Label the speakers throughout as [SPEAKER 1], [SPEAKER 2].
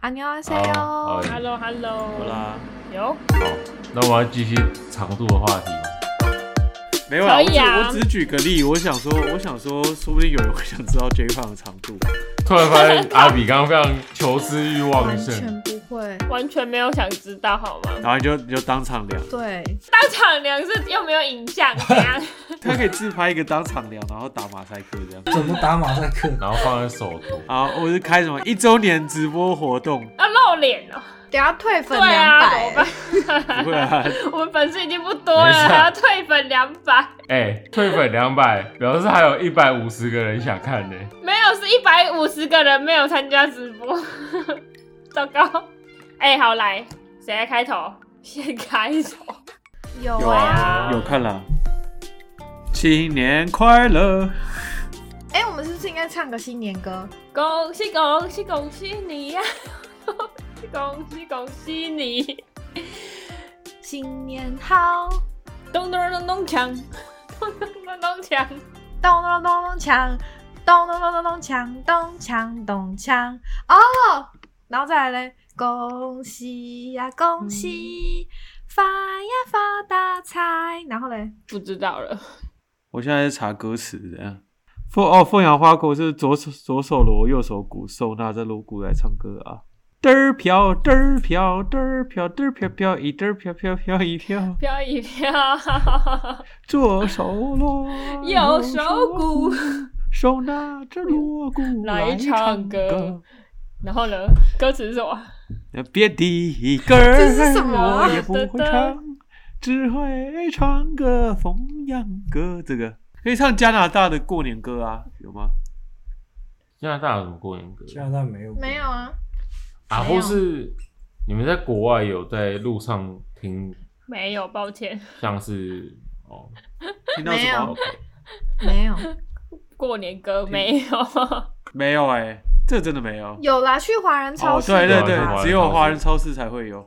[SPEAKER 1] 안녕하세요
[SPEAKER 2] 好
[SPEAKER 3] Hello Hello，
[SPEAKER 2] 啦，
[SPEAKER 3] 有
[SPEAKER 2] 好，那我要继续长度的话题吗。没有啦，
[SPEAKER 3] 可以啊
[SPEAKER 2] 我只我只举个例，我想说，我想说，说不定有人会想知道 J 胖的长度。
[SPEAKER 4] 突然发现阿比刚刚非常求知欲旺
[SPEAKER 1] 完
[SPEAKER 4] 盛，
[SPEAKER 1] 全不会，
[SPEAKER 3] 完全没有想知道好吗？
[SPEAKER 2] 然后你就你就当场量，
[SPEAKER 1] 对，
[SPEAKER 3] 当场量是又没有影 像，怎样？
[SPEAKER 2] 他可以自拍一个当场量，然后打马赛克这样。
[SPEAKER 5] 怎么打马赛克？
[SPEAKER 4] 然后放在手图，
[SPEAKER 2] 好，我是开什么一周年直播活动，
[SPEAKER 3] 要露脸哦、
[SPEAKER 1] 等下退粉
[SPEAKER 3] 对
[SPEAKER 1] 两
[SPEAKER 3] 啊，
[SPEAKER 1] 百、
[SPEAKER 3] 怎么
[SPEAKER 2] 不会啊，
[SPEAKER 3] 办？ 我们粉丝已经不多了，还要退粉两百，
[SPEAKER 4] 哎、退粉两百，表示还有一百五十个人想看呢、
[SPEAKER 3] 没有是一百五十个人没有参加直播， 糟糕。哎、好来，谁来开头？先开头。
[SPEAKER 1] 有
[SPEAKER 2] 有
[SPEAKER 1] 啊，
[SPEAKER 2] 啊，有看啦。新年快乐！
[SPEAKER 1] 哎、我们是不是应该唱个新年歌？
[SPEAKER 3] 恭喜恭喜恭喜你呀、 恭喜恭喜你！
[SPEAKER 1] 新年好，
[SPEAKER 3] 咚咚咚咚锵， 咚咚咚咚锵，
[SPEAKER 1] 咚咚咚咚锵，咚咚咚咚咚锵，咚锵咚锵哦，然后再来嘞，恭喜呀、恭喜，发呀发大财，然后嘞，
[SPEAKER 3] 不知道了。
[SPEAKER 2] 我现在在查歌词，这样。凤哦，凤阳花狗是左手左手锣，右手鼓，手拿着锣鼓来唱歌啊。嘚儿飘，嘚儿飘，嘚儿飘，嘚儿飘飘，一嘚儿飘飘飘一飘。
[SPEAKER 3] 飘一飘，
[SPEAKER 2] 左手锣，
[SPEAKER 3] 右手鼓，
[SPEAKER 2] 手拿着锣鼓
[SPEAKER 3] 来
[SPEAKER 2] 来
[SPEAKER 3] 唱
[SPEAKER 2] 唱
[SPEAKER 3] 歌
[SPEAKER 2] 歌。
[SPEAKER 3] 然后呢？歌词是什么？
[SPEAKER 2] 别的歌儿，
[SPEAKER 1] 这是什么啊
[SPEAKER 2] 我也不会唱，只会唱个风扬歌。这个可以唱加拿大的过年歌啊，有吗？
[SPEAKER 4] 加拿大有什么过年歌？
[SPEAKER 5] 加拿大没有，
[SPEAKER 1] 没有，啊，
[SPEAKER 4] 啊，
[SPEAKER 1] 没有
[SPEAKER 4] 或是你们在国外有在路上听，
[SPEAKER 3] 没有，抱歉。
[SPEAKER 4] 像是哦，
[SPEAKER 2] 听到什么？
[SPEAKER 1] 没有，
[SPEAKER 3] 过年歌没有，
[SPEAKER 2] 没有哎、这真的没有。
[SPEAKER 1] 有啦，去华人超
[SPEAKER 2] 哦，
[SPEAKER 1] 市，啊
[SPEAKER 2] 对对
[SPEAKER 4] 对华人
[SPEAKER 2] 对，
[SPEAKER 4] 超
[SPEAKER 2] 只有
[SPEAKER 4] 市
[SPEAKER 2] 华人超市才会有。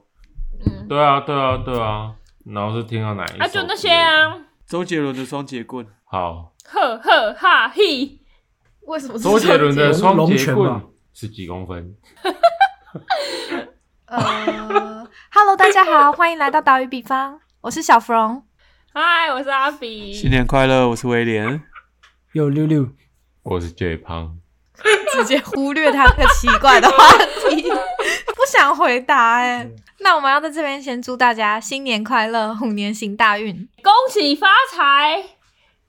[SPEAKER 3] 嗯，
[SPEAKER 4] 对啊，对啊，对啊，然后是听到哪一首？
[SPEAKER 3] 啊，就那些。啊，
[SPEAKER 2] 周杰伦的双节棍，
[SPEAKER 4] 好，
[SPEAKER 3] 呵呵哈嘿，
[SPEAKER 1] 为什么是
[SPEAKER 4] 周杰伦的双
[SPEAKER 5] 龙
[SPEAKER 4] 节
[SPEAKER 5] 拳
[SPEAKER 4] 棍
[SPEAKER 5] 吧
[SPEAKER 4] 是几公分？
[SPEAKER 1] 呃，Hello，大家好，欢迎来到岛屿比方，我是小芙蓉。
[SPEAKER 3] 嗨，我是阿
[SPEAKER 2] 新
[SPEAKER 3] 比，
[SPEAKER 2] 年快乐，我是威廉。
[SPEAKER 5] 有六六，
[SPEAKER 4] 我是 J 胖，
[SPEAKER 1] 直接忽略他那个奇怪的话题，不想回答哎、那我们要在这边先祝大家新年快乐，虎年行大运。
[SPEAKER 3] 恭喜发财，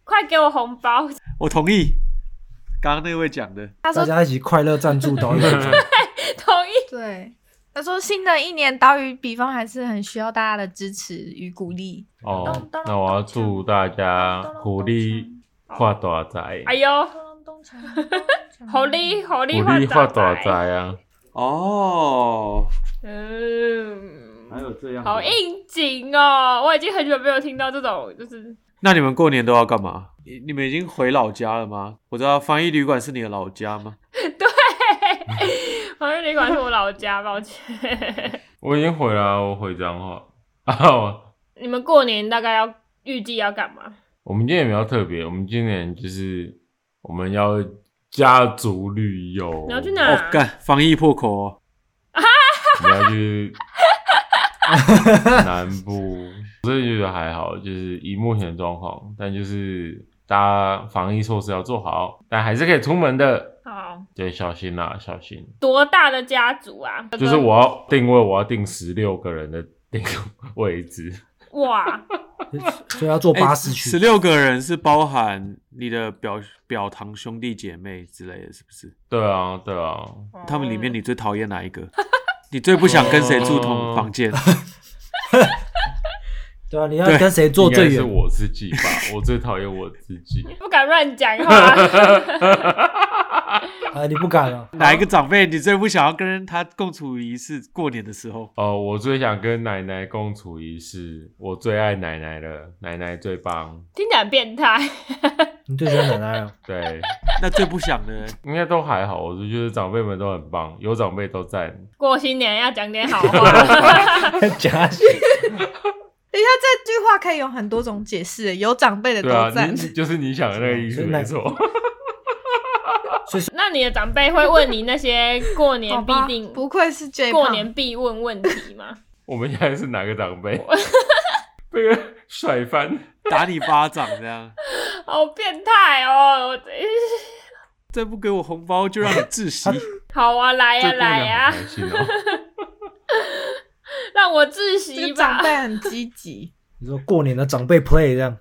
[SPEAKER 3] 快给我红包！
[SPEAKER 2] 我同意刚刚那位讲的，
[SPEAKER 1] 他
[SPEAKER 5] 大
[SPEAKER 1] 说
[SPEAKER 5] 家一起快乐赞助导 演。
[SPEAKER 3] 同意，
[SPEAKER 1] 对，他说新的一年岛屿比方还是很需要大家的支持与鼓励。
[SPEAKER 4] 哦，那我要祝大家虎力发大财，
[SPEAKER 3] 哎呦，狐狸狐狸
[SPEAKER 4] 虎力发
[SPEAKER 3] 发
[SPEAKER 4] 大
[SPEAKER 3] 大
[SPEAKER 4] 财啊！
[SPEAKER 2] 哦，
[SPEAKER 3] 嗯，
[SPEAKER 4] 有这样
[SPEAKER 3] 好应景哦！我已经很久没有听到这种，就是
[SPEAKER 2] 那你们过年都要干嘛？你你们已经回老家了吗？我知道防疫旅馆是你的老家吗？
[SPEAKER 3] 好像旅馆是 我老家，抱歉。
[SPEAKER 4] 我已经回来了，我回彰化。 啊，我
[SPEAKER 3] 你们过年大概要预计要干嘛？
[SPEAKER 4] 我们今年比较特别，我们今年就是我们要家族旅游，
[SPEAKER 3] 你要去哪？
[SPEAKER 5] 呃
[SPEAKER 2] 哦，干，防疫破口哦，
[SPEAKER 4] 我们要 去南部，我真的觉得还好，就是以目前的状况，但就是大家防疫措施要做好，但还是可以出门的，
[SPEAKER 3] 好
[SPEAKER 4] 对，小心啦，小心。
[SPEAKER 3] 多大的家族啊？
[SPEAKER 4] 就是我要定位，我要定十六个人的定位置，
[SPEAKER 3] 哇，
[SPEAKER 5] 所以要坐巴士
[SPEAKER 2] 哎十
[SPEAKER 5] 去。
[SPEAKER 2] 六个人是包含你的表表堂兄弟姐妹之类的，是不是？
[SPEAKER 5] 嗯
[SPEAKER 4] 对啊，对啊，
[SPEAKER 2] 他们里面你最讨厌哪一个？ 你最不想跟谁住同
[SPEAKER 4] 哦
[SPEAKER 2] 房间？
[SPEAKER 5] 对啊，你要
[SPEAKER 2] 对
[SPEAKER 5] 跟谁坐
[SPEAKER 4] 应该
[SPEAKER 5] 最
[SPEAKER 4] 是
[SPEAKER 5] 远？
[SPEAKER 4] 我自己吧， 我最讨厌我自己。
[SPEAKER 3] 不敢乱讲话。
[SPEAKER 5] 啊，你不敢啊？
[SPEAKER 2] 哪一个长辈你最不想要跟他共处一室？过年的时候，
[SPEAKER 4] 哦，我最想跟奶奶共处一室，我最爱奶奶了，奶奶最棒。
[SPEAKER 3] 听起来很变态。
[SPEAKER 5] 你最喜欢奶奶啊？
[SPEAKER 4] 对，
[SPEAKER 2] 那最不想的人，
[SPEAKER 4] 应该都还好，我就觉得长辈们都很棒，有长辈都在。
[SPEAKER 3] 过新年要讲点好 话，
[SPEAKER 5] 假
[SPEAKER 1] 哎，他这句话可以有很多种解释，有长辈的
[SPEAKER 4] 对啊，
[SPEAKER 1] 都
[SPEAKER 4] 你
[SPEAKER 1] 赞
[SPEAKER 4] 你，就是你想的那个意思，
[SPEAKER 5] 所以奶
[SPEAKER 4] 没错。
[SPEAKER 3] 那你的长辈会问你那些过
[SPEAKER 1] 好
[SPEAKER 3] 年必
[SPEAKER 1] 吧
[SPEAKER 3] 定、
[SPEAKER 1] 哦不愧是 J
[SPEAKER 3] 过
[SPEAKER 1] 胖
[SPEAKER 3] 年必问问题吗？
[SPEAKER 4] 我们现在是哪个长辈？被人甩翻。
[SPEAKER 2] 打你巴掌这样，
[SPEAKER 3] 好变态哦！ 我
[SPEAKER 2] 再不给我红包就让你窒息。
[SPEAKER 3] 好啊，来
[SPEAKER 4] 这
[SPEAKER 3] 呀、
[SPEAKER 4] 姑
[SPEAKER 3] 来呀、
[SPEAKER 4] 娘好开心哦！
[SPEAKER 3] 让我窒
[SPEAKER 1] 这
[SPEAKER 3] 息
[SPEAKER 1] 个
[SPEAKER 3] 吧
[SPEAKER 1] 长！辈很积极，
[SPEAKER 5] 你说过年的长辈 play 这样，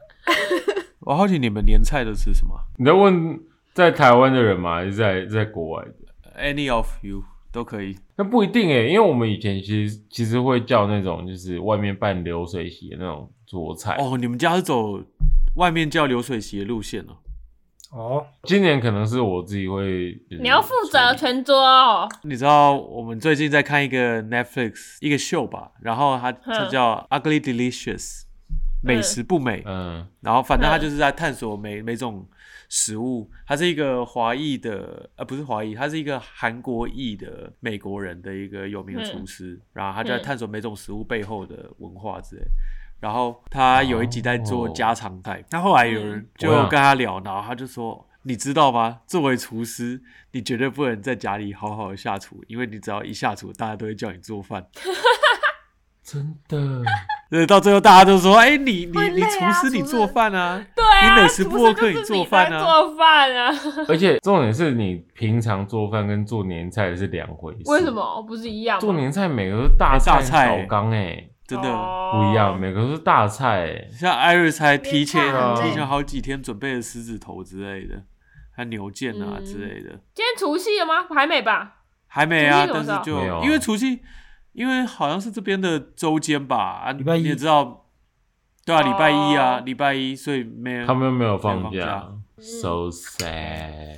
[SPEAKER 2] 我好奇你们年菜都吃什么
[SPEAKER 4] 你在问在台湾的人吗？还是在在国外的？
[SPEAKER 2] ？Any of you 都可以。
[SPEAKER 4] 那不一定诶、因为我们以前其实其实会叫那种就是外面办流水席的那种桌菜。
[SPEAKER 2] 哦，你们家是走外面叫流水席的路线哦。
[SPEAKER 5] 哦，
[SPEAKER 4] 今年可能是我自己会，
[SPEAKER 3] 你要负责全桌哦，
[SPEAKER 2] 你知道我们最近在看一个 Netflix 一个秀吧，然后它它
[SPEAKER 3] 嗯
[SPEAKER 2] 叫 Ugly Delicious，美食不美。
[SPEAKER 4] 嗯，
[SPEAKER 2] 然后反正他就是在探索每每种食物。他是一个华裔的，呃，不是华裔，他是一个韩国裔的美国人的一个有名的厨师。然后他就在
[SPEAKER 3] 嗯
[SPEAKER 2] 探索每种食物背后的文化之类。然后他有一集在做
[SPEAKER 4] 哦
[SPEAKER 2] 家常菜，那后来有
[SPEAKER 1] 嗯
[SPEAKER 2] 人就
[SPEAKER 4] 我想
[SPEAKER 2] 跟他聊，然后他就说。你知道吗？作为厨师，你绝对不能在家里好好的下厨，因为你只要一下厨，大家都会叫你做饭。
[SPEAKER 4] 真的，
[SPEAKER 2] 对，到最后大家都说：“哎、你你
[SPEAKER 1] 会
[SPEAKER 2] 你
[SPEAKER 1] 累
[SPEAKER 2] 厨
[SPEAKER 1] 啊
[SPEAKER 2] 师，你
[SPEAKER 1] 厨师
[SPEAKER 2] 做饭啊。”
[SPEAKER 3] 对啊，
[SPEAKER 2] 你美食
[SPEAKER 3] 厨
[SPEAKER 2] 布
[SPEAKER 3] 师
[SPEAKER 2] 洛克
[SPEAKER 3] 就是
[SPEAKER 2] 你做
[SPEAKER 3] 在
[SPEAKER 2] 饭啊
[SPEAKER 3] 做饭啊？
[SPEAKER 4] 而且重点是你平常做饭跟做年菜是两回事。
[SPEAKER 3] 为什？么哦不是一样吗？
[SPEAKER 4] 做年菜每个都是大
[SPEAKER 2] 大菜欸
[SPEAKER 4] 小缸哎，
[SPEAKER 2] 真的、
[SPEAKER 3] 哦
[SPEAKER 4] 不一样，每个都是大菜哎。
[SPEAKER 2] 像艾瑞才提前
[SPEAKER 1] 天
[SPEAKER 4] 啊
[SPEAKER 2] 提前好几天准备了狮子头之类的，还有牛腱啊
[SPEAKER 3] 嗯
[SPEAKER 2] 之类的，
[SPEAKER 3] 今天除夕了吗？还没吧？
[SPEAKER 2] 还没啊，
[SPEAKER 3] 除夕
[SPEAKER 2] 但
[SPEAKER 3] 什么时
[SPEAKER 2] 是
[SPEAKER 3] 候
[SPEAKER 2] 就
[SPEAKER 4] 没有啊
[SPEAKER 2] 因为除夕，因为好像是这边的周间吧，啊，
[SPEAKER 5] 礼拜一
[SPEAKER 2] 你也知道，对啊，礼拜一啊，
[SPEAKER 3] 哦
[SPEAKER 2] 礼拜一，所以没有
[SPEAKER 4] 他们又没有
[SPEAKER 2] 没
[SPEAKER 4] 放
[SPEAKER 2] 有
[SPEAKER 4] 假
[SPEAKER 2] 放
[SPEAKER 4] ，so sad。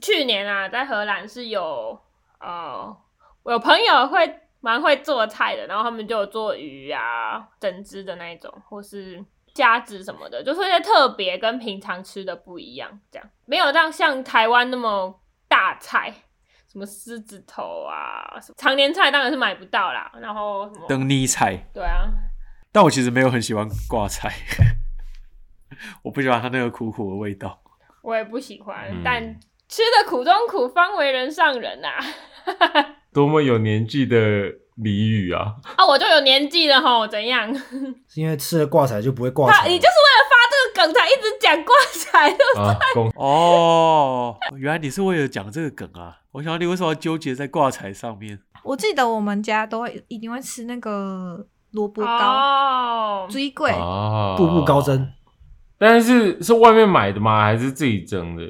[SPEAKER 3] 去年啊，在荷兰是有呃，我有朋友会蛮会做菜的，然后他们就有做鱼啊、整只的那一种，或是虾子什么的，就是一些特别跟平常吃的不一样，这样没有让像台湾那么大菜。什么狮子头啊，什么常年菜当然是买不到啦。然后什么，
[SPEAKER 2] 等你菜，
[SPEAKER 3] 对啊，
[SPEAKER 2] 但我其实没有很喜欢挂菜， 我不喜欢它那个苦苦的味道。
[SPEAKER 3] 我也不喜欢，
[SPEAKER 4] 嗯
[SPEAKER 3] 但吃的苦中苦，方为人上人啊呐、
[SPEAKER 4] 多么有年纪的俚语啊！
[SPEAKER 3] 啊。我就有年纪了吼，怎样？
[SPEAKER 5] 是因为吃了挂彩就不会挂
[SPEAKER 3] 他
[SPEAKER 5] 彩，
[SPEAKER 3] 你就是为了发这个梗才一直讲挂彩，
[SPEAKER 4] 啊，公
[SPEAKER 2] 哦，原来你是为了讲这个梗啊！我想你为什么要纠结在挂彩上面？
[SPEAKER 1] 我记得我们家都会一定会吃那个萝卜糕、
[SPEAKER 3] 哦，
[SPEAKER 1] 追桂，
[SPEAKER 4] 啊，
[SPEAKER 5] 步步高。升。
[SPEAKER 4] 但是是外面买的吗？还是自己蒸的？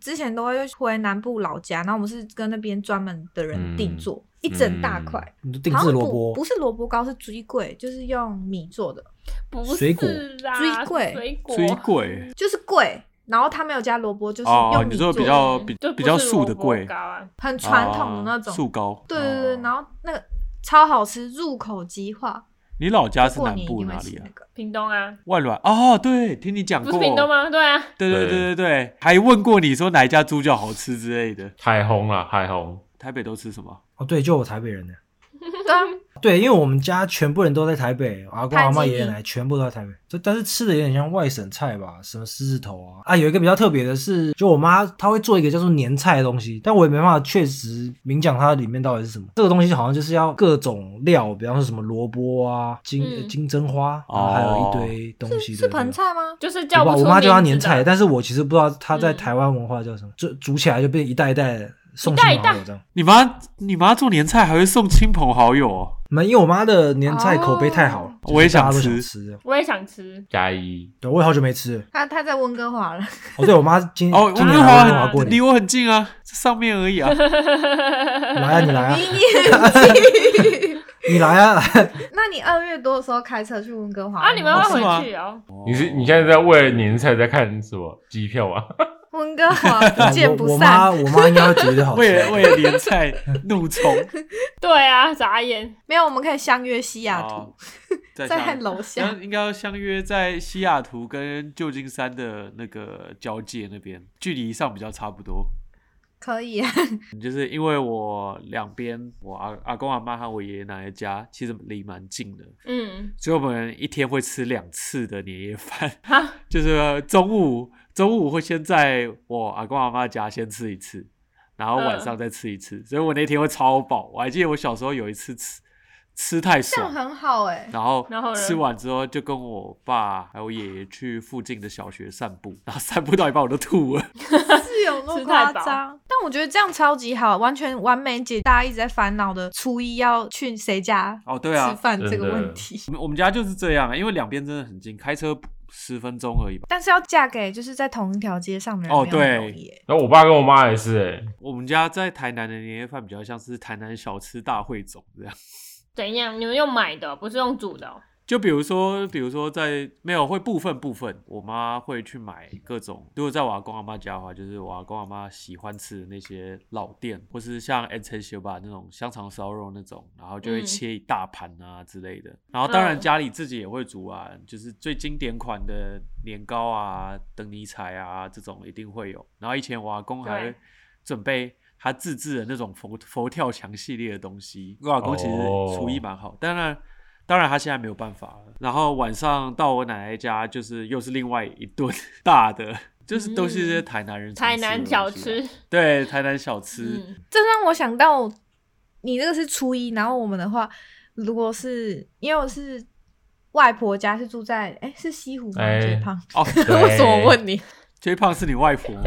[SPEAKER 1] 之前都会回南部老家，然后我们是跟那边专门的人定
[SPEAKER 4] 嗯
[SPEAKER 1] 做、一整大块。
[SPEAKER 5] 你嗯就定
[SPEAKER 1] 好
[SPEAKER 5] 制
[SPEAKER 1] 像
[SPEAKER 5] 萝
[SPEAKER 1] 不不
[SPEAKER 5] 卜，
[SPEAKER 1] 是萝卜糕，是追桂，就是用米做的，
[SPEAKER 3] 不是
[SPEAKER 5] 水果
[SPEAKER 3] 啦，
[SPEAKER 1] 水果
[SPEAKER 3] 水果，
[SPEAKER 2] 追鬼。
[SPEAKER 1] 就是桂，然后它没有加萝卜，就是
[SPEAKER 2] 哦
[SPEAKER 1] 用，米
[SPEAKER 2] 你
[SPEAKER 1] 做
[SPEAKER 2] 说
[SPEAKER 1] 的，
[SPEAKER 2] 比较比
[SPEAKER 3] 就不是
[SPEAKER 2] 比较素的
[SPEAKER 3] 萝
[SPEAKER 2] 贵
[SPEAKER 3] 卜，糕啊，
[SPEAKER 1] 很传统
[SPEAKER 5] 哦
[SPEAKER 1] 的那种。
[SPEAKER 2] 啊素糕。
[SPEAKER 1] 对对对，
[SPEAKER 2] 哦
[SPEAKER 1] 然后那个超好吃，入口即化。
[SPEAKER 2] 你老家是
[SPEAKER 1] 过
[SPEAKER 2] 南
[SPEAKER 1] 年一
[SPEAKER 2] 部
[SPEAKER 1] 定会
[SPEAKER 2] 哪
[SPEAKER 1] 吃
[SPEAKER 2] 里啊
[SPEAKER 1] 那？个。
[SPEAKER 3] 屏东啊，
[SPEAKER 2] 万峦哦，对，听你讲
[SPEAKER 3] 不
[SPEAKER 2] 过。
[SPEAKER 3] 是屏东吗？对啊，
[SPEAKER 2] 对对对
[SPEAKER 4] 对
[SPEAKER 2] 对对，还问过你说哪一家猪脚好吃之类的。
[SPEAKER 4] 海虹啦，海虹。
[SPEAKER 2] 台北都吃什么？
[SPEAKER 5] 哦，对，就我台北 人呢。
[SPEAKER 1] 对啊，
[SPEAKER 5] 对，因为我们家全部人都在台北，阿公阿
[SPEAKER 1] 潘
[SPEAKER 5] 妈
[SPEAKER 1] 金
[SPEAKER 5] 爷爷奶奶
[SPEAKER 1] 莲
[SPEAKER 5] 全部都在台北，这但是吃的有点像外省菜吧，什么狮子头啊啊，有一个比较特别的是，就我妈她会做一个叫做年菜的东西，但我也没办法确实明讲它里面到底是什么。这个东西好像就是要各种料，比方说什么萝卜啊、金、呃
[SPEAKER 3] 嗯
[SPEAKER 5] 金针花，然后还有一堆东
[SPEAKER 1] 是
[SPEAKER 5] 西的
[SPEAKER 1] 是
[SPEAKER 5] 那个、
[SPEAKER 1] 盆菜吗？
[SPEAKER 3] 就是
[SPEAKER 5] 我
[SPEAKER 3] 叫
[SPEAKER 5] 爸
[SPEAKER 3] 不出
[SPEAKER 5] 我妈叫它
[SPEAKER 3] 名字
[SPEAKER 5] 年菜，
[SPEAKER 3] 的
[SPEAKER 5] 但是我其实不知道它在
[SPEAKER 3] 嗯
[SPEAKER 5] 台湾文化叫什么，就煮起来就变一袋一袋的送
[SPEAKER 3] 一袋
[SPEAKER 5] 亲
[SPEAKER 3] 一
[SPEAKER 5] 朋好
[SPEAKER 3] 袋
[SPEAKER 5] 友这样。
[SPEAKER 2] 你妈你妈做年菜还会送亲朋好友哦。
[SPEAKER 5] 没，因为我妈的年菜口碑太好了，
[SPEAKER 2] 哦我也
[SPEAKER 5] 就是大
[SPEAKER 2] 想
[SPEAKER 5] 家都
[SPEAKER 2] 吃
[SPEAKER 5] 吃这样。
[SPEAKER 3] 我也想吃，
[SPEAKER 4] 加一，
[SPEAKER 5] 对，我也好久没吃了。
[SPEAKER 1] 他他在温哥华 了，
[SPEAKER 5] 哦，对我妈今
[SPEAKER 2] 哦，
[SPEAKER 5] 今
[SPEAKER 2] 温
[SPEAKER 5] 年
[SPEAKER 2] 哥
[SPEAKER 5] 来温
[SPEAKER 3] 温
[SPEAKER 5] 哥华
[SPEAKER 2] 华
[SPEAKER 5] 过
[SPEAKER 2] 很离
[SPEAKER 5] 年，
[SPEAKER 2] 我很近啊，这上面而已啊。
[SPEAKER 5] 来啊你来啊
[SPEAKER 1] 你你
[SPEAKER 5] 你来啊，来
[SPEAKER 1] 那你二月多的时候开车去温哥华吗？
[SPEAKER 3] 啊，你们
[SPEAKER 2] 哦是吗
[SPEAKER 3] 会回去哦，
[SPEAKER 4] 你是你现在在为了年菜在看什么机票啊？
[SPEAKER 1] 温哥华 不见
[SPEAKER 5] 我
[SPEAKER 1] 不
[SPEAKER 5] 我妈
[SPEAKER 1] 散。
[SPEAKER 5] 我妈应该会觉 得好 吃。
[SPEAKER 2] 为了为了年菜怒冲
[SPEAKER 3] 对啊，眨眼，
[SPEAKER 1] 没有，我们可以相约西雅图
[SPEAKER 2] 哦，在
[SPEAKER 1] 在
[SPEAKER 2] 下
[SPEAKER 1] 楼
[SPEAKER 2] 要
[SPEAKER 1] 下。
[SPEAKER 2] 应该要相约在西雅图跟旧金山的那个交界那边，距离上比较差不多。
[SPEAKER 1] 可以啊，
[SPEAKER 2] 就是因为我两边我阿阿公阿妈和我爷爷奶奶家其实离蛮近的，
[SPEAKER 3] 嗯，
[SPEAKER 2] 所以我们一天会吃两次的年夜饭，
[SPEAKER 3] 哈，
[SPEAKER 2] 就是中午中午会先在我阿公阿妈家先吃一次，然后晚
[SPEAKER 3] 嗯
[SPEAKER 2] 上再吃一次，所以我那天会超饱。我还记得我小时候有一次吃吃太
[SPEAKER 1] 这样
[SPEAKER 2] 爽，
[SPEAKER 1] 很好哎、
[SPEAKER 2] 然后
[SPEAKER 3] 然后呢
[SPEAKER 2] 吃完之后就跟我爸还有我爷爷去附近的小学散步，然后散步到一半我都吐了。
[SPEAKER 1] 是有那么
[SPEAKER 3] 吃太
[SPEAKER 1] 夸
[SPEAKER 3] 饱
[SPEAKER 1] 张？但我觉得这样超级好，完全完美解大家一直在烦恼的初一要去谁家
[SPEAKER 2] 哦，对啊
[SPEAKER 1] 吃，饭
[SPEAKER 4] 真
[SPEAKER 1] 这个
[SPEAKER 4] 的
[SPEAKER 1] 问题。
[SPEAKER 2] 我们我们家就是这样，因为两边真的很近，开车十分钟而已吧。
[SPEAKER 1] 但是要嫁给就是在同一条街上的人
[SPEAKER 2] 哦
[SPEAKER 1] 没有很容易耶，
[SPEAKER 4] 然后我爸跟我妈也是、欸，
[SPEAKER 2] 我们家在台南的年夜饭比较像是台南小吃大汇总这样。
[SPEAKER 3] 怎样？你们用买的，不是用煮的哦、
[SPEAKER 2] 就比如说，比如说在没有会部分部分，我妈会去买各种。如果在我阿公阿妈家的话，就是我阿公阿妈喜欢吃的那些老店，或是像 a n t e n s i o 吧那种香肠烧肉那种，然后就会
[SPEAKER 3] 嗯
[SPEAKER 2] 切一大盘啊之类的。然后当然
[SPEAKER 3] 嗯
[SPEAKER 2] 家里自己也会煮啊，就是最经典款的年糕啊、等你彩啊这种一定会有。然后以前我阿公还
[SPEAKER 3] 对
[SPEAKER 2] 会准备他自制的那种佛佛跳墙系列的东西。我阿公其实
[SPEAKER 4] 哦
[SPEAKER 2] 厨艺蛮好，当然当然他现在没有办法了。然后晚上到我奶奶家，就是又是另外一顿 大的，就是都是一些
[SPEAKER 3] 嗯
[SPEAKER 2] 台南人常
[SPEAKER 3] 台
[SPEAKER 2] 吃的
[SPEAKER 3] 南
[SPEAKER 2] 东
[SPEAKER 3] 小
[SPEAKER 2] 西啊
[SPEAKER 3] 吃，
[SPEAKER 2] 对台南小吃。
[SPEAKER 3] 嗯，
[SPEAKER 1] 这让我想到你这个是初一，然后我们的话，如果是因为我是外婆家是住在哎是西湖吗？
[SPEAKER 4] 哎
[SPEAKER 1] 最胖，
[SPEAKER 2] 哦，
[SPEAKER 4] 对
[SPEAKER 1] 为什么问 你？
[SPEAKER 2] 最胖是你外婆 吗？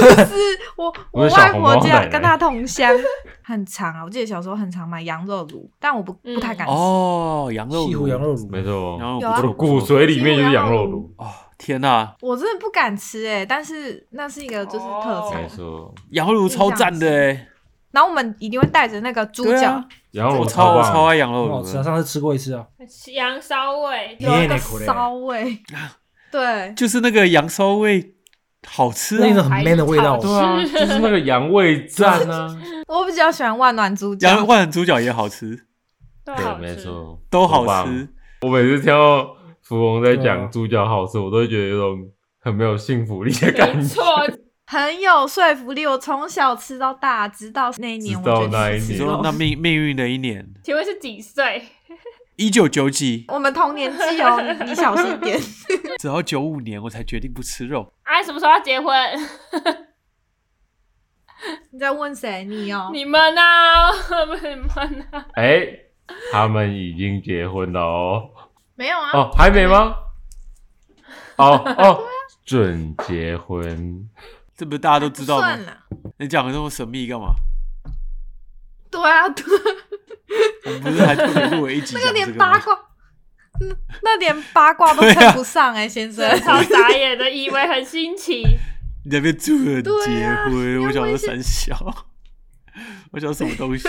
[SPEAKER 1] 是我
[SPEAKER 4] 我
[SPEAKER 1] 我
[SPEAKER 4] 是小
[SPEAKER 1] 外
[SPEAKER 4] 红
[SPEAKER 1] 婆
[SPEAKER 4] 帽奶
[SPEAKER 1] 家
[SPEAKER 4] 奶
[SPEAKER 1] 跟她同乡，很长啊。我记得小时候很常买羊肉炉，但我不不太敢吃。
[SPEAKER 2] 哦，羊肉
[SPEAKER 5] 西湖
[SPEAKER 2] 炉
[SPEAKER 5] 羊肉炉，
[SPEAKER 4] 没错，
[SPEAKER 2] 羊
[SPEAKER 1] 有
[SPEAKER 2] 肉不
[SPEAKER 1] 啊
[SPEAKER 4] 我的
[SPEAKER 2] 错不
[SPEAKER 4] 骨
[SPEAKER 2] 错
[SPEAKER 4] 髓里面就是羊肉炉，
[SPEAKER 2] 哦，天哪、
[SPEAKER 1] 我真的不敢吃哎、但是那是一个就是特
[SPEAKER 3] 哦
[SPEAKER 1] 产
[SPEAKER 4] 没，错，
[SPEAKER 2] 羊肉炉超赞的哎，
[SPEAKER 1] 然后我们一定会带着那个猪
[SPEAKER 2] 对
[SPEAKER 1] 脚，
[SPEAKER 2] 啊，
[SPEAKER 4] 羊肉
[SPEAKER 2] 我
[SPEAKER 4] 炉
[SPEAKER 2] 超我
[SPEAKER 4] 棒，
[SPEAKER 2] 超爱羊肉
[SPEAKER 5] 很
[SPEAKER 2] 炉
[SPEAKER 5] 好吃啊！
[SPEAKER 2] 的，
[SPEAKER 5] 上次吃过一次啊，
[SPEAKER 3] 羊嗯烧味，
[SPEAKER 1] 有一
[SPEAKER 5] 耶
[SPEAKER 1] 个
[SPEAKER 5] 嘞苦嘞
[SPEAKER 1] 骚味， 对，
[SPEAKER 2] 就是那个羊骚味，好吃、
[SPEAKER 5] 那
[SPEAKER 2] 啊。
[SPEAKER 5] 种很 man 的味道
[SPEAKER 3] 还是
[SPEAKER 4] 对
[SPEAKER 2] 哦
[SPEAKER 4] 啊，就是那个羊味赞啊，
[SPEAKER 1] 我比较喜欢万暖猪
[SPEAKER 2] 羊
[SPEAKER 1] 脚。
[SPEAKER 2] 万能猪脚也好吃，
[SPEAKER 3] 都
[SPEAKER 4] 对，
[SPEAKER 3] 好
[SPEAKER 4] 没
[SPEAKER 3] 吃。
[SPEAKER 4] 错，
[SPEAKER 2] 都
[SPEAKER 4] 很
[SPEAKER 2] 好
[SPEAKER 4] 棒
[SPEAKER 2] 吃。
[SPEAKER 4] 我每次听到芙蓉在
[SPEAKER 5] 对啊
[SPEAKER 4] 讲猪脚好吃，我都会觉得有种很没有幸福力的感
[SPEAKER 3] 没
[SPEAKER 4] 觉。
[SPEAKER 3] 错，
[SPEAKER 1] 很有说服力。我从小吃到大，直到那一年，
[SPEAKER 4] 直
[SPEAKER 1] 我
[SPEAKER 4] 到
[SPEAKER 1] 决定
[SPEAKER 4] 那一
[SPEAKER 1] 去吃
[SPEAKER 2] 你
[SPEAKER 4] 年
[SPEAKER 1] 肉
[SPEAKER 2] 说那命命运的一年，
[SPEAKER 3] 请问是几岁？
[SPEAKER 2] 一九九几，
[SPEAKER 1] 我们同年纪 哦，你你小心点。
[SPEAKER 2] 直到九五年我才决定不吃肉。
[SPEAKER 3] 哎，什么时候要结婚？
[SPEAKER 1] 你在问谁？你哦，
[SPEAKER 3] 你们呢、 啊？你们呢、啊？
[SPEAKER 4] 哎、他们已经结婚了哦，
[SPEAKER 1] 没有啊？
[SPEAKER 4] 哦，还没吗？哦哦，准结婚，
[SPEAKER 2] 这不是大家都知道
[SPEAKER 1] 算
[SPEAKER 2] 吗？
[SPEAKER 1] 了，
[SPEAKER 2] 你讲的这么神秘干嘛？
[SPEAKER 1] 对啊，对，
[SPEAKER 2] 我们不是还特别录了一集
[SPEAKER 1] 那
[SPEAKER 2] 讲
[SPEAKER 1] 个
[SPEAKER 2] 这
[SPEAKER 1] 连
[SPEAKER 2] 个
[SPEAKER 1] 八
[SPEAKER 2] 吗？
[SPEAKER 1] 卦，那那连八卦都称不上 哎，先生。
[SPEAKER 3] 超傻眼的，以为很新奇。
[SPEAKER 2] 你那边住了
[SPEAKER 1] 对
[SPEAKER 2] 结
[SPEAKER 1] 啊
[SPEAKER 2] 婚，我
[SPEAKER 1] 要
[SPEAKER 2] 想
[SPEAKER 1] 问
[SPEAKER 2] 说
[SPEAKER 1] 一些
[SPEAKER 2] 三小，我想什么东 西？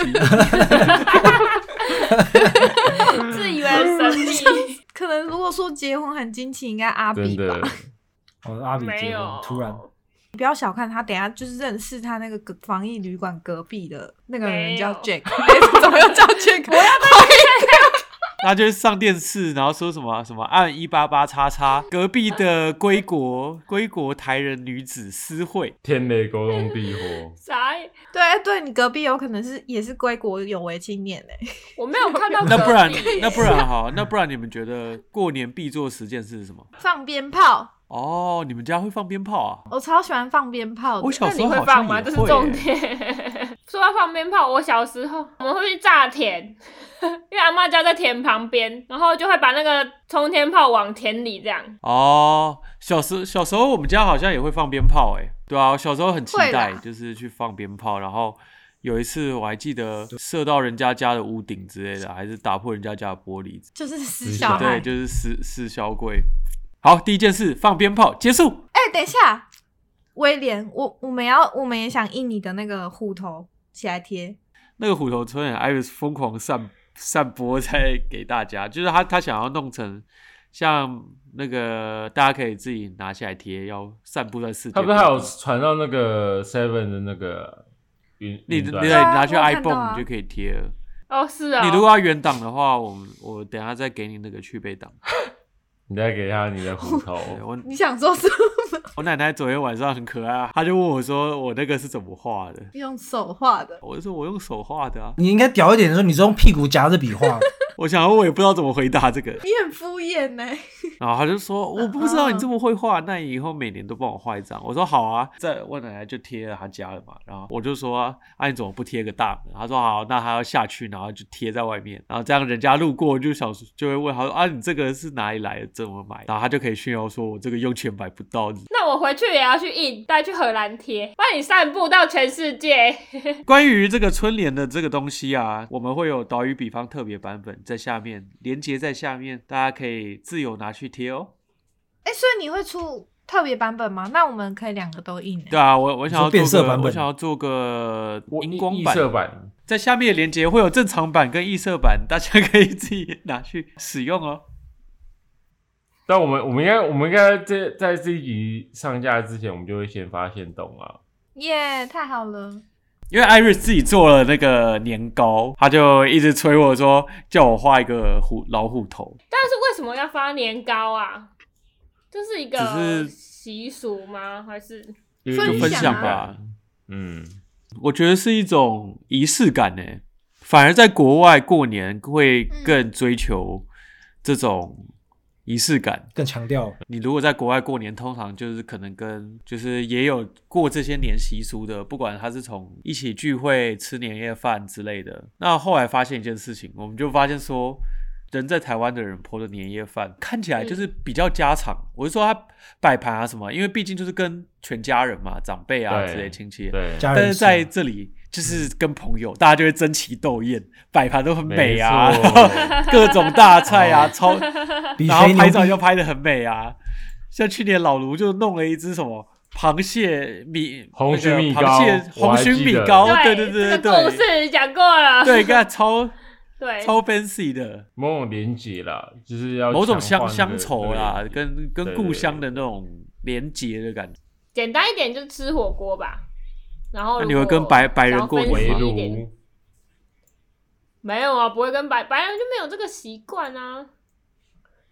[SPEAKER 3] 自以为很神 秘，
[SPEAKER 1] 可能如果说结婚很惊奇，应该阿
[SPEAKER 4] 真
[SPEAKER 1] 比吧
[SPEAKER 4] 的。
[SPEAKER 5] 哦，阿比
[SPEAKER 3] 没
[SPEAKER 5] 结
[SPEAKER 3] 有
[SPEAKER 5] 婚，，突然
[SPEAKER 1] 你不要小看他，等一下就是认识他那个隔防疫旅馆隔壁的那个
[SPEAKER 3] 没
[SPEAKER 1] 人
[SPEAKER 3] 有
[SPEAKER 1] 叫 Jack，哎 怎么又叫 Jack？我 要
[SPEAKER 2] 他就上电视，然后说什么什么按一八八叉叉，隔壁的归国归国台人女子私会，
[SPEAKER 4] 天雷勾动地火，
[SPEAKER 3] 傻眼。
[SPEAKER 1] 对对，你隔壁有可能是也是归国有为青年哎。
[SPEAKER 3] 我没有看到
[SPEAKER 2] 那不然
[SPEAKER 3] 隔壁耶
[SPEAKER 2] 那不然好，那不然你们觉得过年必做十件事是什么？
[SPEAKER 1] 放鞭炮，
[SPEAKER 2] 哦，你们家会放鞭炮啊？
[SPEAKER 1] 我超喜欢放鞭炮的。
[SPEAKER 2] 我小
[SPEAKER 3] 那
[SPEAKER 2] 时
[SPEAKER 3] 你
[SPEAKER 2] 候
[SPEAKER 3] 会
[SPEAKER 2] 好像
[SPEAKER 3] 放
[SPEAKER 2] 也
[SPEAKER 3] 吗？
[SPEAKER 2] 会、
[SPEAKER 3] 这是重点。 说到放鞭炮，我小时候我们会去炸田，因为阿妈家在田旁边，然后就会把那个冲天炮往田里这样。
[SPEAKER 2] 哦，小时小时候我们家好像也会放鞭炮、欸，哎，对啊，我小时候很期
[SPEAKER 1] 会
[SPEAKER 2] 待
[SPEAKER 1] 啦
[SPEAKER 2] 就是去放鞭炮，然后有一次我还记得射到人家家的屋顶之类的，还是打破人家家的玻璃，
[SPEAKER 1] 就是死
[SPEAKER 4] 死
[SPEAKER 1] 小
[SPEAKER 4] 小
[SPEAKER 1] 孩。
[SPEAKER 2] 对，
[SPEAKER 1] 哎、
[SPEAKER 2] 就是撕撕小鬼。好，第一件事放鞭炮结束。
[SPEAKER 1] 哎等一下，威廉，我我们要我们也想印你的那个户头起来贴。
[SPEAKER 2] 那个虎头村人 Iris 疯狂散散播在给大家，就是他他想要弄成像那个大家可以自己拿起来贴，要散布在世界
[SPEAKER 4] 他
[SPEAKER 2] 各地。
[SPEAKER 4] 不是还有传到那个 Seven 的那个云
[SPEAKER 2] 你
[SPEAKER 4] 云
[SPEAKER 2] 你
[SPEAKER 4] 端
[SPEAKER 2] 对，你
[SPEAKER 1] 啊
[SPEAKER 2] 拿去
[SPEAKER 1] 我看到
[SPEAKER 2] iPhone、
[SPEAKER 1] 啊
[SPEAKER 2] 你就可以贴了。
[SPEAKER 3] 哦，是啊、
[SPEAKER 2] 你如果要原档的话，我们我等一下再给你那个去背档。
[SPEAKER 4] 你再给他你的虎头，
[SPEAKER 2] 对我
[SPEAKER 1] 你想说什么？
[SPEAKER 2] 我奶奶昨天晚上很可爱啊，她就问我说我那个是怎么画的，
[SPEAKER 1] 用手画的。
[SPEAKER 2] 我就说我用手画的啊。
[SPEAKER 5] 你应该屌一点的时候，你是用屁股夹着笔画，
[SPEAKER 2] 我想我也不知道怎么回答这个。
[SPEAKER 1] 你很敷衍呢、哎
[SPEAKER 2] 然后他就说：“我不知道你这么会画，那以后每年都帮我画一张。”我说：“好啊。”在我奶奶就贴了她家了嘛。然后我就说：“啊，你怎么不贴个大门？”他说：“好，那他要下去，然后就贴在外面。然后这样人家路过就想就会问他说：‘啊，你这个是哪里来的？怎么买？’然后他就可以炫耀说：‘我这个用钱买不到。’
[SPEAKER 3] 那我回去也要去印，带去荷兰贴，帮你散布到全世界。
[SPEAKER 2] 关于这个春联的这个东西啊，我们会有岛屿比方特别版本在下面，连接在下面，大家可以自由拿去贴哦。
[SPEAKER 1] 哎、所以你会出特别版本吗？那我们可以两个都印、欸。
[SPEAKER 2] 对啊，我我想要
[SPEAKER 5] 你说变色
[SPEAKER 2] 做个
[SPEAKER 5] 版本
[SPEAKER 2] 我想要做个荧光
[SPEAKER 4] 异
[SPEAKER 2] 版，
[SPEAKER 4] 色版，
[SPEAKER 2] 在下面的连接会有正常版跟异色版，大家可以自己拿去使用哦。
[SPEAKER 4] 但我们我们应该我们应该在在这一集上架之前，我们就会先发现洞啊。
[SPEAKER 1] 耶太好了！
[SPEAKER 2] 因为 Iris 自己做了那个年糕，他就一直催我说叫我画一个虎老虎头，
[SPEAKER 3] 但是为什么要发年糕啊？这是一个
[SPEAKER 2] 只是
[SPEAKER 3] 习俗吗？还是
[SPEAKER 4] 有
[SPEAKER 1] 分
[SPEAKER 4] 有
[SPEAKER 2] 分
[SPEAKER 1] 享
[SPEAKER 2] 享
[SPEAKER 1] 啊
[SPEAKER 2] 吧。
[SPEAKER 4] 嗯，
[SPEAKER 2] 我觉得是一种仪式感呢，反而在国外过年会更追求这种仪式感。
[SPEAKER 5] 更强调
[SPEAKER 2] 你如果在国外过年，通常就是可能跟就是也有过这些年习俗的，不管他是从一起聚会、吃年夜饭之类的。那后来发现一件事情，我们就发现说，人在台湾的人泼的年夜饭看起来就是比较家常。我是说他摆盘啊什么，因为毕竟就是跟全家人嘛、长辈啊
[SPEAKER 4] 对
[SPEAKER 2] 之类亲戚，
[SPEAKER 4] 对，
[SPEAKER 5] 家
[SPEAKER 2] 但
[SPEAKER 5] 人
[SPEAKER 2] 是
[SPEAKER 5] 吃
[SPEAKER 2] 在这里就是跟朋友，大家就会争奇斗艳，摆盘都很美啊，
[SPEAKER 4] 没错哦
[SPEAKER 2] 然后各种大 菜啊，超
[SPEAKER 5] 比
[SPEAKER 2] 然后
[SPEAKER 5] 谁牛
[SPEAKER 2] 拍照又
[SPEAKER 5] 逼，
[SPEAKER 2] 拍的很美啊。像去年老卢就弄了一只什么螃蟹米
[SPEAKER 4] 红
[SPEAKER 2] 那个
[SPEAKER 4] 鲟米糕
[SPEAKER 2] 螃蟹
[SPEAKER 4] 我
[SPEAKER 2] 红
[SPEAKER 4] 还
[SPEAKER 2] 鲟
[SPEAKER 4] 记
[SPEAKER 2] 米
[SPEAKER 4] 得
[SPEAKER 2] 糕，哦对
[SPEAKER 3] 这
[SPEAKER 2] 对对
[SPEAKER 3] 个故
[SPEAKER 2] 对
[SPEAKER 3] 事讲过了。
[SPEAKER 2] 对，对，看超
[SPEAKER 3] 对，
[SPEAKER 2] 超 fancy 的
[SPEAKER 4] 某种连结啦，就是要
[SPEAKER 2] 某种
[SPEAKER 4] 强化
[SPEAKER 2] 乡
[SPEAKER 4] 那
[SPEAKER 2] 乡
[SPEAKER 4] 个
[SPEAKER 2] 愁啦
[SPEAKER 4] 对，
[SPEAKER 2] 跟跟
[SPEAKER 4] 对
[SPEAKER 2] 故
[SPEAKER 4] 对
[SPEAKER 2] 乡的
[SPEAKER 4] 对
[SPEAKER 2] 那种连结的感觉。
[SPEAKER 3] 简单一点就是吃火锅吧。然后
[SPEAKER 2] 那
[SPEAKER 3] 如
[SPEAKER 2] 你会
[SPEAKER 3] 果
[SPEAKER 2] 跟白白人
[SPEAKER 3] 想要
[SPEAKER 2] 过
[SPEAKER 3] 分
[SPEAKER 2] 年
[SPEAKER 4] 围
[SPEAKER 2] 吗
[SPEAKER 3] 析一点
[SPEAKER 4] 炉，
[SPEAKER 3] 没有啊，不会跟白白人就没有这个习惯啊，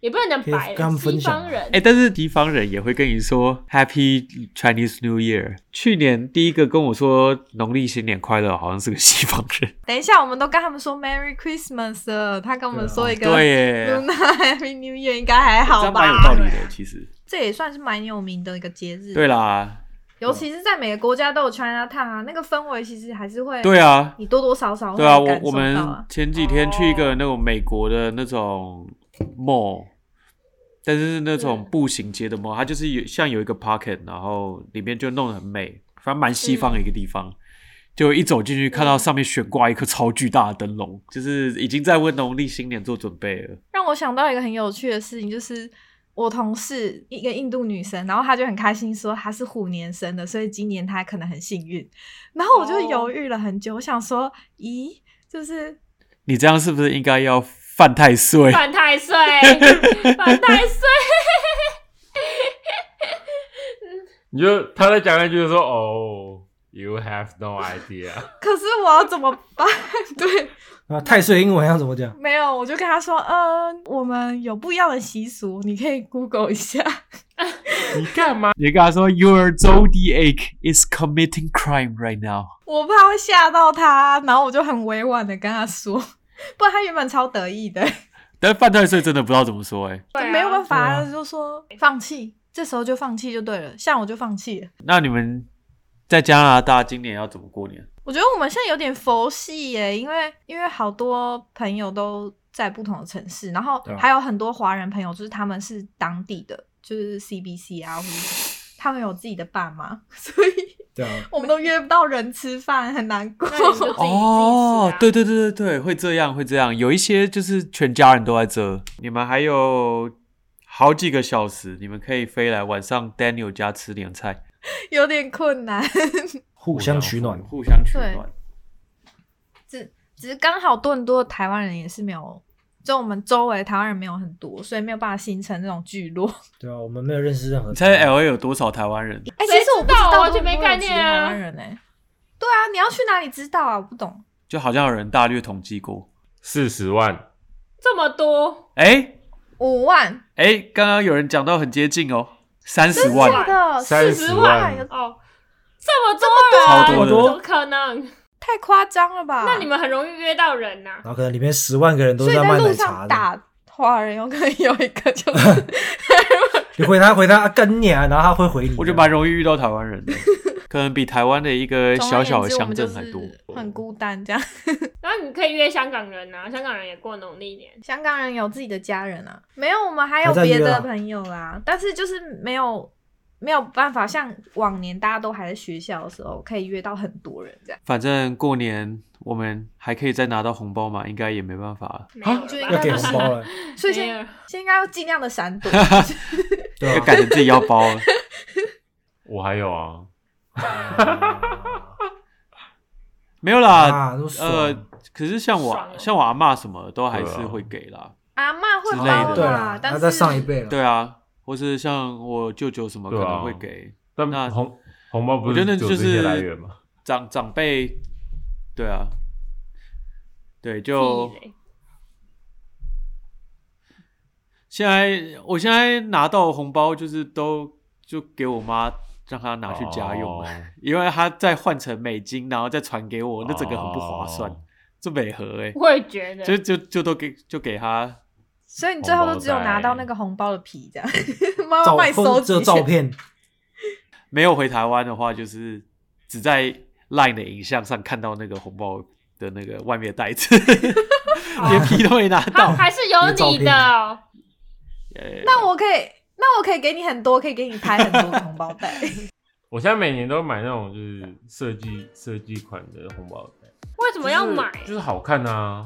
[SPEAKER 3] 也不能讲白
[SPEAKER 5] 可以跟他
[SPEAKER 3] 人，
[SPEAKER 5] 们
[SPEAKER 3] 西
[SPEAKER 5] 分享啊
[SPEAKER 3] 方人
[SPEAKER 2] 哎、但是敌方人也会跟你说 Happy Chinese New Year。去年第一个跟我说农历新年快乐，好像是个西方人。
[SPEAKER 1] 等一下，我们都跟他们说 Merry Christmas 了，他跟我们说一个
[SPEAKER 2] 对 耶，
[SPEAKER 1] Luna Happy New Year 应该还
[SPEAKER 2] 这
[SPEAKER 1] 好
[SPEAKER 2] 样蛮有
[SPEAKER 1] 吧
[SPEAKER 2] 道？理的，其实。
[SPEAKER 1] 这也算是蛮有名的一个节日，
[SPEAKER 2] 对，啦，
[SPEAKER 1] 尤其是在每个国家都有 China Town 啊，那个氛围其实还是会，
[SPEAKER 2] 对啊，
[SPEAKER 1] 你多多少少会
[SPEAKER 2] 对啊，我
[SPEAKER 1] 感受
[SPEAKER 2] 我
[SPEAKER 1] 到
[SPEAKER 2] 们
[SPEAKER 1] 啊。
[SPEAKER 2] 前几天去一个那种美国的那种 mall，但是是那种
[SPEAKER 3] 嗯
[SPEAKER 2] 步行街的 mall，它就是有像有一个 pocket，然后里面就弄得很美，反正蛮西方的一个地方。就一走进去，
[SPEAKER 1] 嗯
[SPEAKER 2] 看到上面悬挂一颗超巨大的灯笼，就是已经在为农历新年做准备了。
[SPEAKER 1] 让我想到一个很有趣的事情，就是我同事一个印度女生，然后她就很开心说她是虎年生的，所以今年她可能很幸运。然后我就
[SPEAKER 3] 哦
[SPEAKER 1] 犹豫了很久，我想说，咦，就是
[SPEAKER 2] 你这样是不是应该要犯太岁？
[SPEAKER 3] 犯太 岁，犯太岁，
[SPEAKER 4] 你就他在讲那句说哦，You have no idea，
[SPEAKER 1] 可是我要怎么办？ 对，
[SPEAKER 5] 啊，太岁英文要怎么讲？
[SPEAKER 1] 没有，我就跟她说，嗯，我们有不一样的习俗，你可以 Google 一下。
[SPEAKER 4] 你干嘛？
[SPEAKER 2] 你跟他说，Your zodiac is committing crime right now。
[SPEAKER 1] 我怕会吓到她，然后我就很委婉的跟她说，不然她原本超得意的。
[SPEAKER 2] 但犯太岁真的不知道怎么说哎、
[SPEAKER 3] 对啊
[SPEAKER 1] 没有办法，
[SPEAKER 5] 对
[SPEAKER 1] 就说放弃，这时候就放弃就对了。像我就放弃了。
[SPEAKER 2] 那你们在加拿大今年要怎么过年？
[SPEAKER 1] 我觉得我们现在有点佛系耶，因为因为好多朋友都在不同的城市，然后
[SPEAKER 5] 对啊
[SPEAKER 1] 还有很多华人朋友，就是他们是当地的，就是 CBC 啊，或者是他们有自己的爸妈，所以
[SPEAKER 5] 对啊，
[SPEAKER 1] 我们都约不到人吃饭，很难过
[SPEAKER 3] 那。你就自己
[SPEAKER 2] 哦，对
[SPEAKER 3] 自己吃啊
[SPEAKER 2] 对对对对，会这样会这样，有一些就是全家人都在这。你们还有好几个小时，你们可以飞来晚上 Daniel 家吃年菜，
[SPEAKER 1] 有点困难。
[SPEAKER 5] 互相取暖。
[SPEAKER 2] 互相取
[SPEAKER 1] 对
[SPEAKER 2] 暖。
[SPEAKER 1] 只是刚好多伦多的台湾人也是没有，就我们周围的台湾人没有很多，所以没有办法形成这种聚落。
[SPEAKER 5] 对啊，我们没有认识任何。
[SPEAKER 2] 你猜 L A 有多少台湾人？
[SPEAKER 1] 哎、其
[SPEAKER 3] 谁
[SPEAKER 1] 实我不
[SPEAKER 3] 知道啊
[SPEAKER 1] 多
[SPEAKER 3] 完全没
[SPEAKER 1] 伦多有
[SPEAKER 3] 概
[SPEAKER 1] 几
[SPEAKER 3] 念
[SPEAKER 1] 个
[SPEAKER 3] 啊
[SPEAKER 1] 台湾人哎、对啊，你要去哪里知道啊？我不懂。
[SPEAKER 2] 就好像有人大略统计过。
[SPEAKER 4] 四十万，
[SPEAKER 3] 这么多，
[SPEAKER 2] 哎、
[SPEAKER 1] 五万，
[SPEAKER 2] 哎、刚刚有人讲到很接近哦，三十
[SPEAKER 1] 真的假
[SPEAKER 3] 哦
[SPEAKER 2] 万。
[SPEAKER 1] 的
[SPEAKER 4] 30万
[SPEAKER 1] 40万有
[SPEAKER 3] 哦，这么多人，
[SPEAKER 2] 这么多
[SPEAKER 3] 怎么可能？
[SPEAKER 1] 太夸张了吧？
[SPEAKER 3] 那你们很容易约到人啊呐、
[SPEAKER 5] 然后可能里面十万个人都
[SPEAKER 1] 所
[SPEAKER 5] 是
[SPEAKER 1] 以
[SPEAKER 5] 卖
[SPEAKER 1] 在
[SPEAKER 5] 奶
[SPEAKER 1] 路
[SPEAKER 5] 茶
[SPEAKER 1] 上
[SPEAKER 5] 的。
[SPEAKER 1] 打花儿，有可能有一个就是，
[SPEAKER 5] 你回他回他啊干你啊，然后他会回你。
[SPEAKER 2] 我就蛮容易遇到台湾人 的，可能比台湾的一个
[SPEAKER 1] 总
[SPEAKER 2] 小
[SPEAKER 1] 而
[SPEAKER 2] 小
[SPEAKER 1] 言
[SPEAKER 2] 的
[SPEAKER 1] 之，我
[SPEAKER 2] 乡
[SPEAKER 1] 们就
[SPEAKER 2] 镇还多。
[SPEAKER 1] 是很孤单这样。
[SPEAKER 3] 然后你可以约香港人呐、香港人也过农历年。
[SPEAKER 1] 香港人有自己的家人啊，没有，我们还有
[SPEAKER 5] 还在约啊
[SPEAKER 1] 别的朋友啦，但是就是没有没有办法像往年大家都还在学校的时候可以约到很多人这样。
[SPEAKER 2] 反正过年我们还可以再拿到红包嘛，应该也没办法了。
[SPEAKER 3] 没有了吧
[SPEAKER 1] 就应该
[SPEAKER 5] 要给红包了，
[SPEAKER 1] 所以
[SPEAKER 3] 没
[SPEAKER 1] 现
[SPEAKER 3] 有
[SPEAKER 1] 现在应该要尽量的闪 躲，
[SPEAKER 5] 对
[SPEAKER 2] 就
[SPEAKER 5] 吧、
[SPEAKER 2] 感觉自己要包了。
[SPEAKER 4] 我还有啊，
[SPEAKER 2] 没有 啦，
[SPEAKER 5] 啊，都爽。
[SPEAKER 2] 呃，可是像
[SPEAKER 3] 爽
[SPEAKER 2] 我
[SPEAKER 3] 哦
[SPEAKER 2] 像我阿妈什么都还是
[SPEAKER 4] 对啊
[SPEAKER 2] 会给啦。
[SPEAKER 1] 阿妈会
[SPEAKER 2] 之类的
[SPEAKER 1] 包
[SPEAKER 5] 对
[SPEAKER 1] 啦
[SPEAKER 5] 啦，，
[SPEAKER 1] 啊但
[SPEAKER 5] 那
[SPEAKER 1] 是
[SPEAKER 5] 再上一辈了。
[SPEAKER 2] 对啊，或是像我舅舅什么可
[SPEAKER 4] 对啊
[SPEAKER 2] 能会给，那
[SPEAKER 4] 但红红包不
[SPEAKER 2] 我觉
[SPEAKER 4] 是
[SPEAKER 2] 得
[SPEAKER 4] 只有
[SPEAKER 2] 就
[SPEAKER 4] 这些
[SPEAKER 2] 是
[SPEAKER 4] 来源吗？
[SPEAKER 2] 长长辈，对啊，对，就
[SPEAKER 3] 屁嘞
[SPEAKER 2] 现在我现在拿到红包就是都就给我妈让她拿去家用啊
[SPEAKER 4] 哦
[SPEAKER 2] 了，因为她再换成美金，然后再传给我，那整个很不划算，
[SPEAKER 4] 哦
[SPEAKER 2] 这美合哎、
[SPEAKER 3] 我也觉得
[SPEAKER 2] 就就就都给就给她，
[SPEAKER 1] 所以你最后都只有拿到那个红包的皮这样， 妈妈
[SPEAKER 5] 照
[SPEAKER 1] 帮你收
[SPEAKER 5] 或者只有
[SPEAKER 1] 集。
[SPEAKER 5] 照片，
[SPEAKER 2] 没有回台湾的话，就是只在 LINE 的影像上看到那个红包的那个外面的袋 子，连皮都没拿
[SPEAKER 3] 他
[SPEAKER 1] 啊
[SPEAKER 2] 到。
[SPEAKER 3] 还是有你的哦、
[SPEAKER 2] 呃
[SPEAKER 1] 那我可以，那我可以给你很多，可以给你拍很多个红包袋。
[SPEAKER 4] 我现在每年都买那种就是设计设计款的红包袋，
[SPEAKER 3] 为什么要买？
[SPEAKER 4] 就是就是好看啊，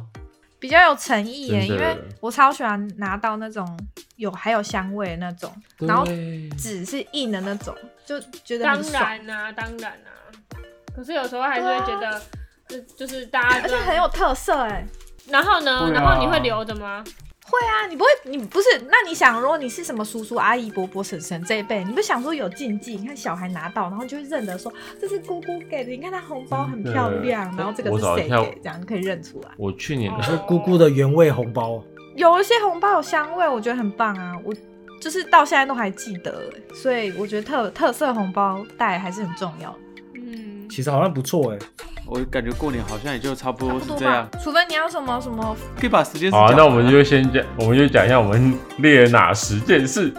[SPEAKER 1] 比较有诚意耶，因
[SPEAKER 4] 真的
[SPEAKER 1] 为我超喜欢拿到那种有还有香味的那种，
[SPEAKER 4] 对
[SPEAKER 1] 然后纸是硬的那种，就觉得
[SPEAKER 3] 当
[SPEAKER 1] 很爽，
[SPEAKER 3] 然啦、当然啦、可是有时候还是会觉得，呃就就是大家
[SPEAKER 1] 而
[SPEAKER 3] 这
[SPEAKER 1] 且
[SPEAKER 3] 样
[SPEAKER 1] 很有特色哎。
[SPEAKER 3] 然后呢？
[SPEAKER 4] 对啊
[SPEAKER 3] 然后你会留着吗？
[SPEAKER 1] 会啊，你不会，你不是？那你想，如果你是什么叔叔、阿姨、伯伯、婶婶这一辈，你不想说有禁忌？你看小孩拿到，然后就会认得说这是姑姑给的，你看她红包很漂亮，
[SPEAKER 4] 真的
[SPEAKER 1] 然后这个
[SPEAKER 4] 我
[SPEAKER 1] 是
[SPEAKER 4] 找一
[SPEAKER 1] 谁
[SPEAKER 4] 下
[SPEAKER 1] 给？这样可以认出来。
[SPEAKER 4] 我去
[SPEAKER 3] 哦
[SPEAKER 4] 年的
[SPEAKER 5] 是姑姑的原味红包，
[SPEAKER 1] 有一些红包有香味，我觉得很棒啊，我就是到现在都还记得欸，所以我觉得特特色红包袋还是很重要的。
[SPEAKER 3] 嗯，
[SPEAKER 5] 其实好像不错哎、
[SPEAKER 2] 我感觉过年好像也就差不
[SPEAKER 1] 差
[SPEAKER 2] 多
[SPEAKER 1] 不
[SPEAKER 2] 是
[SPEAKER 1] 多
[SPEAKER 2] 这
[SPEAKER 1] 吧
[SPEAKER 2] 样，，
[SPEAKER 1] 除非你要什么什么，
[SPEAKER 2] 可以把时间
[SPEAKER 4] 好、啊，
[SPEAKER 2] 讲
[SPEAKER 4] 那我们
[SPEAKER 2] 完
[SPEAKER 4] 就先讲，我们就讲一下我们列了哪十件事。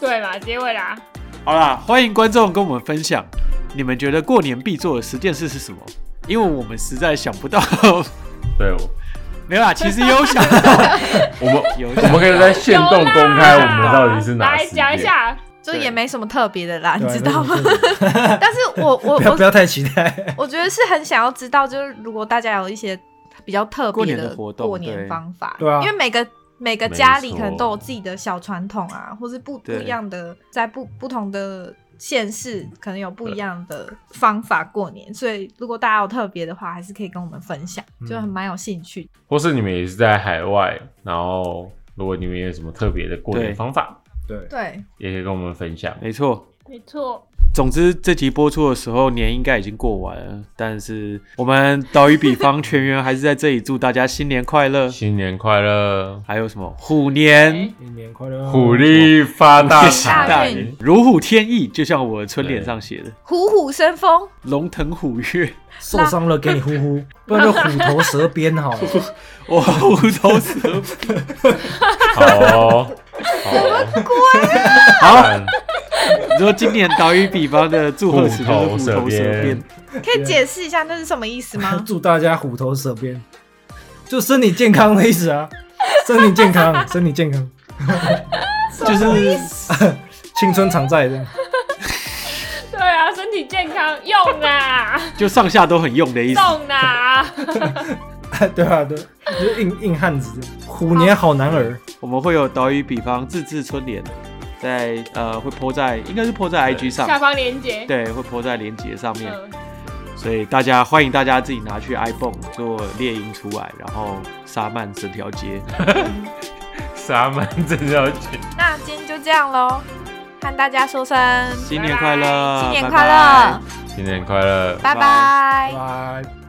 [SPEAKER 3] 对嘛，结尾啦。
[SPEAKER 2] 好啦，欢迎观众跟我们分享，你们觉得过年必做的十件事是什么？因为我们实在想不到，
[SPEAKER 4] 对，我
[SPEAKER 2] 没有啦，其实有想 到，
[SPEAKER 4] 我们
[SPEAKER 2] 有
[SPEAKER 4] 我们可以在限动公开
[SPEAKER 3] 有
[SPEAKER 4] 我
[SPEAKER 3] 啦
[SPEAKER 4] 们到底是哪
[SPEAKER 3] 来
[SPEAKER 4] 十件。
[SPEAKER 3] 讲一下，
[SPEAKER 1] 就
[SPEAKER 2] 对
[SPEAKER 1] 也没什么特别的啦，你
[SPEAKER 5] 对啊
[SPEAKER 1] 知道吗？
[SPEAKER 5] 没有特别
[SPEAKER 1] 但是我我
[SPEAKER 5] 不要不
[SPEAKER 1] 我
[SPEAKER 5] 要太期待。
[SPEAKER 1] 我觉得是很想要知道，就是如果大家有一些比较特
[SPEAKER 2] 过
[SPEAKER 1] 别
[SPEAKER 2] 年的活动
[SPEAKER 1] 过年方法，
[SPEAKER 5] 对对啊
[SPEAKER 1] 因为每个。每个
[SPEAKER 4] 没
[SPEAKER 1] 家里可能
[SPEAKER 4] 错
[SPEAKER 1] 都有自己的小传统啊，或是不不
[SPEAKER 2] 对
[SPEAKER 1] 一样的，在不不同的县市，可能有不一样的方法过年。所以如果大家有特别的话，还是可以跟我们分享，
[SPEAKER 2] 嗯
[SPEAKER 1] 就很蛮有兴趣。
[SPEAKER 4] 或是你们也是在海外，然后如果你们有什么特别的过
[SPEAKER 2] 对
[SPEAKER 4] 年方法，
[SPEAKER 5] 对，
[SPEAKER 1] 对，
[SPEAKER 4] 也可以跟我们分享。
[SPEAKER 2] 没错。
[SPEAKER 3] 没错，
[SPEAKER 2] 总之，这集播出的时候，年应该已经过完了，但是我们岛屿比方全员还是在这里祝大家新年快 乐，
[SPEAKER 4] 新年快乐，
[SPEAKER 2] 还有什么虎年
[SPEAKER 5] 新年快乐，
[SPEAKER 4] 虎力发大
[SPEAKER 1] 大
[SPEAKER 4] 财！
[SPEAKER 1] 运
[SPEAKER 2] 如虎添翼，就像我的春联上写的
[SPEAKER 1] 虎虎生风，
[SPEAKER 2] “龙腾虎跃
[SPEAKER 5] 受伤了给你呼呼，不然就虎头蛇鞭好了。”，？
[SPEAKER 2] 我虎头蛇鞭。
[SPEAKER 4] 好哦，好哦，
[SPEAKER 2] 好。
[SPEAKER 4] 看
[SPEAKER 2] 你说今年岛屿比方的祝贺词就是虎头
[SPEAKER 4] 虎头蛇
[SPEAKER 2] 蛇鞭
[SPEAKER 4] 鞭，
[SPEAKER 1] 可以解释一下那是什么意思吗
[SPEAKER 5] 祝大家虎头蛇鞭，就身体健康的意思啊，身体健康，身体健康，
[SPEAKER 2] 就是
[SPEAKER 5] 青春常在这样。
[SPEAKER 3] 对啊，身体健康用啊，
[SPEAKER 2] 就上下都很用 的意思。
[SPEAKER 3] 送 啊，
[SPEAKER 5] 对啊，对，就是硬硬汉子这样。虎年好男儿，
[SPEAKER 2] 我们会有岛屿比方自制春联，在呃会 po 在应该是 po 在 IG
[SPEAKER 3] 下
[SPEAKER 2] 上，
[SPEAKER 3] 方连接。
[SPEAKER 2] 对，会 po 在连接上面，
[SPEAKER 3] 嗯，
[SPEAKER 2] 所以大家欢迎大家自己拿去 iPhone 做猎鹰出来，然后沙曼整条街，
[SPEAKER 4] 沙曼真要去，
[SPEAKER 1] 那今天就这样喽，和大家说声
[SPEAKER 2] 新年快乐，
[SPEAKER 1] 新年
[SPEAKER 2] 拜
[SPEAKER 1] 快
[SPEAKER 2] 拜
[SPEAKER 1] 乐，
[SPEAKER 4] 新年快乐。
[SPEAKER 1] 拜
[SPEAKER 2] 拜
[SPEAKER 1] 拜
[SPEAKER 5] 拜。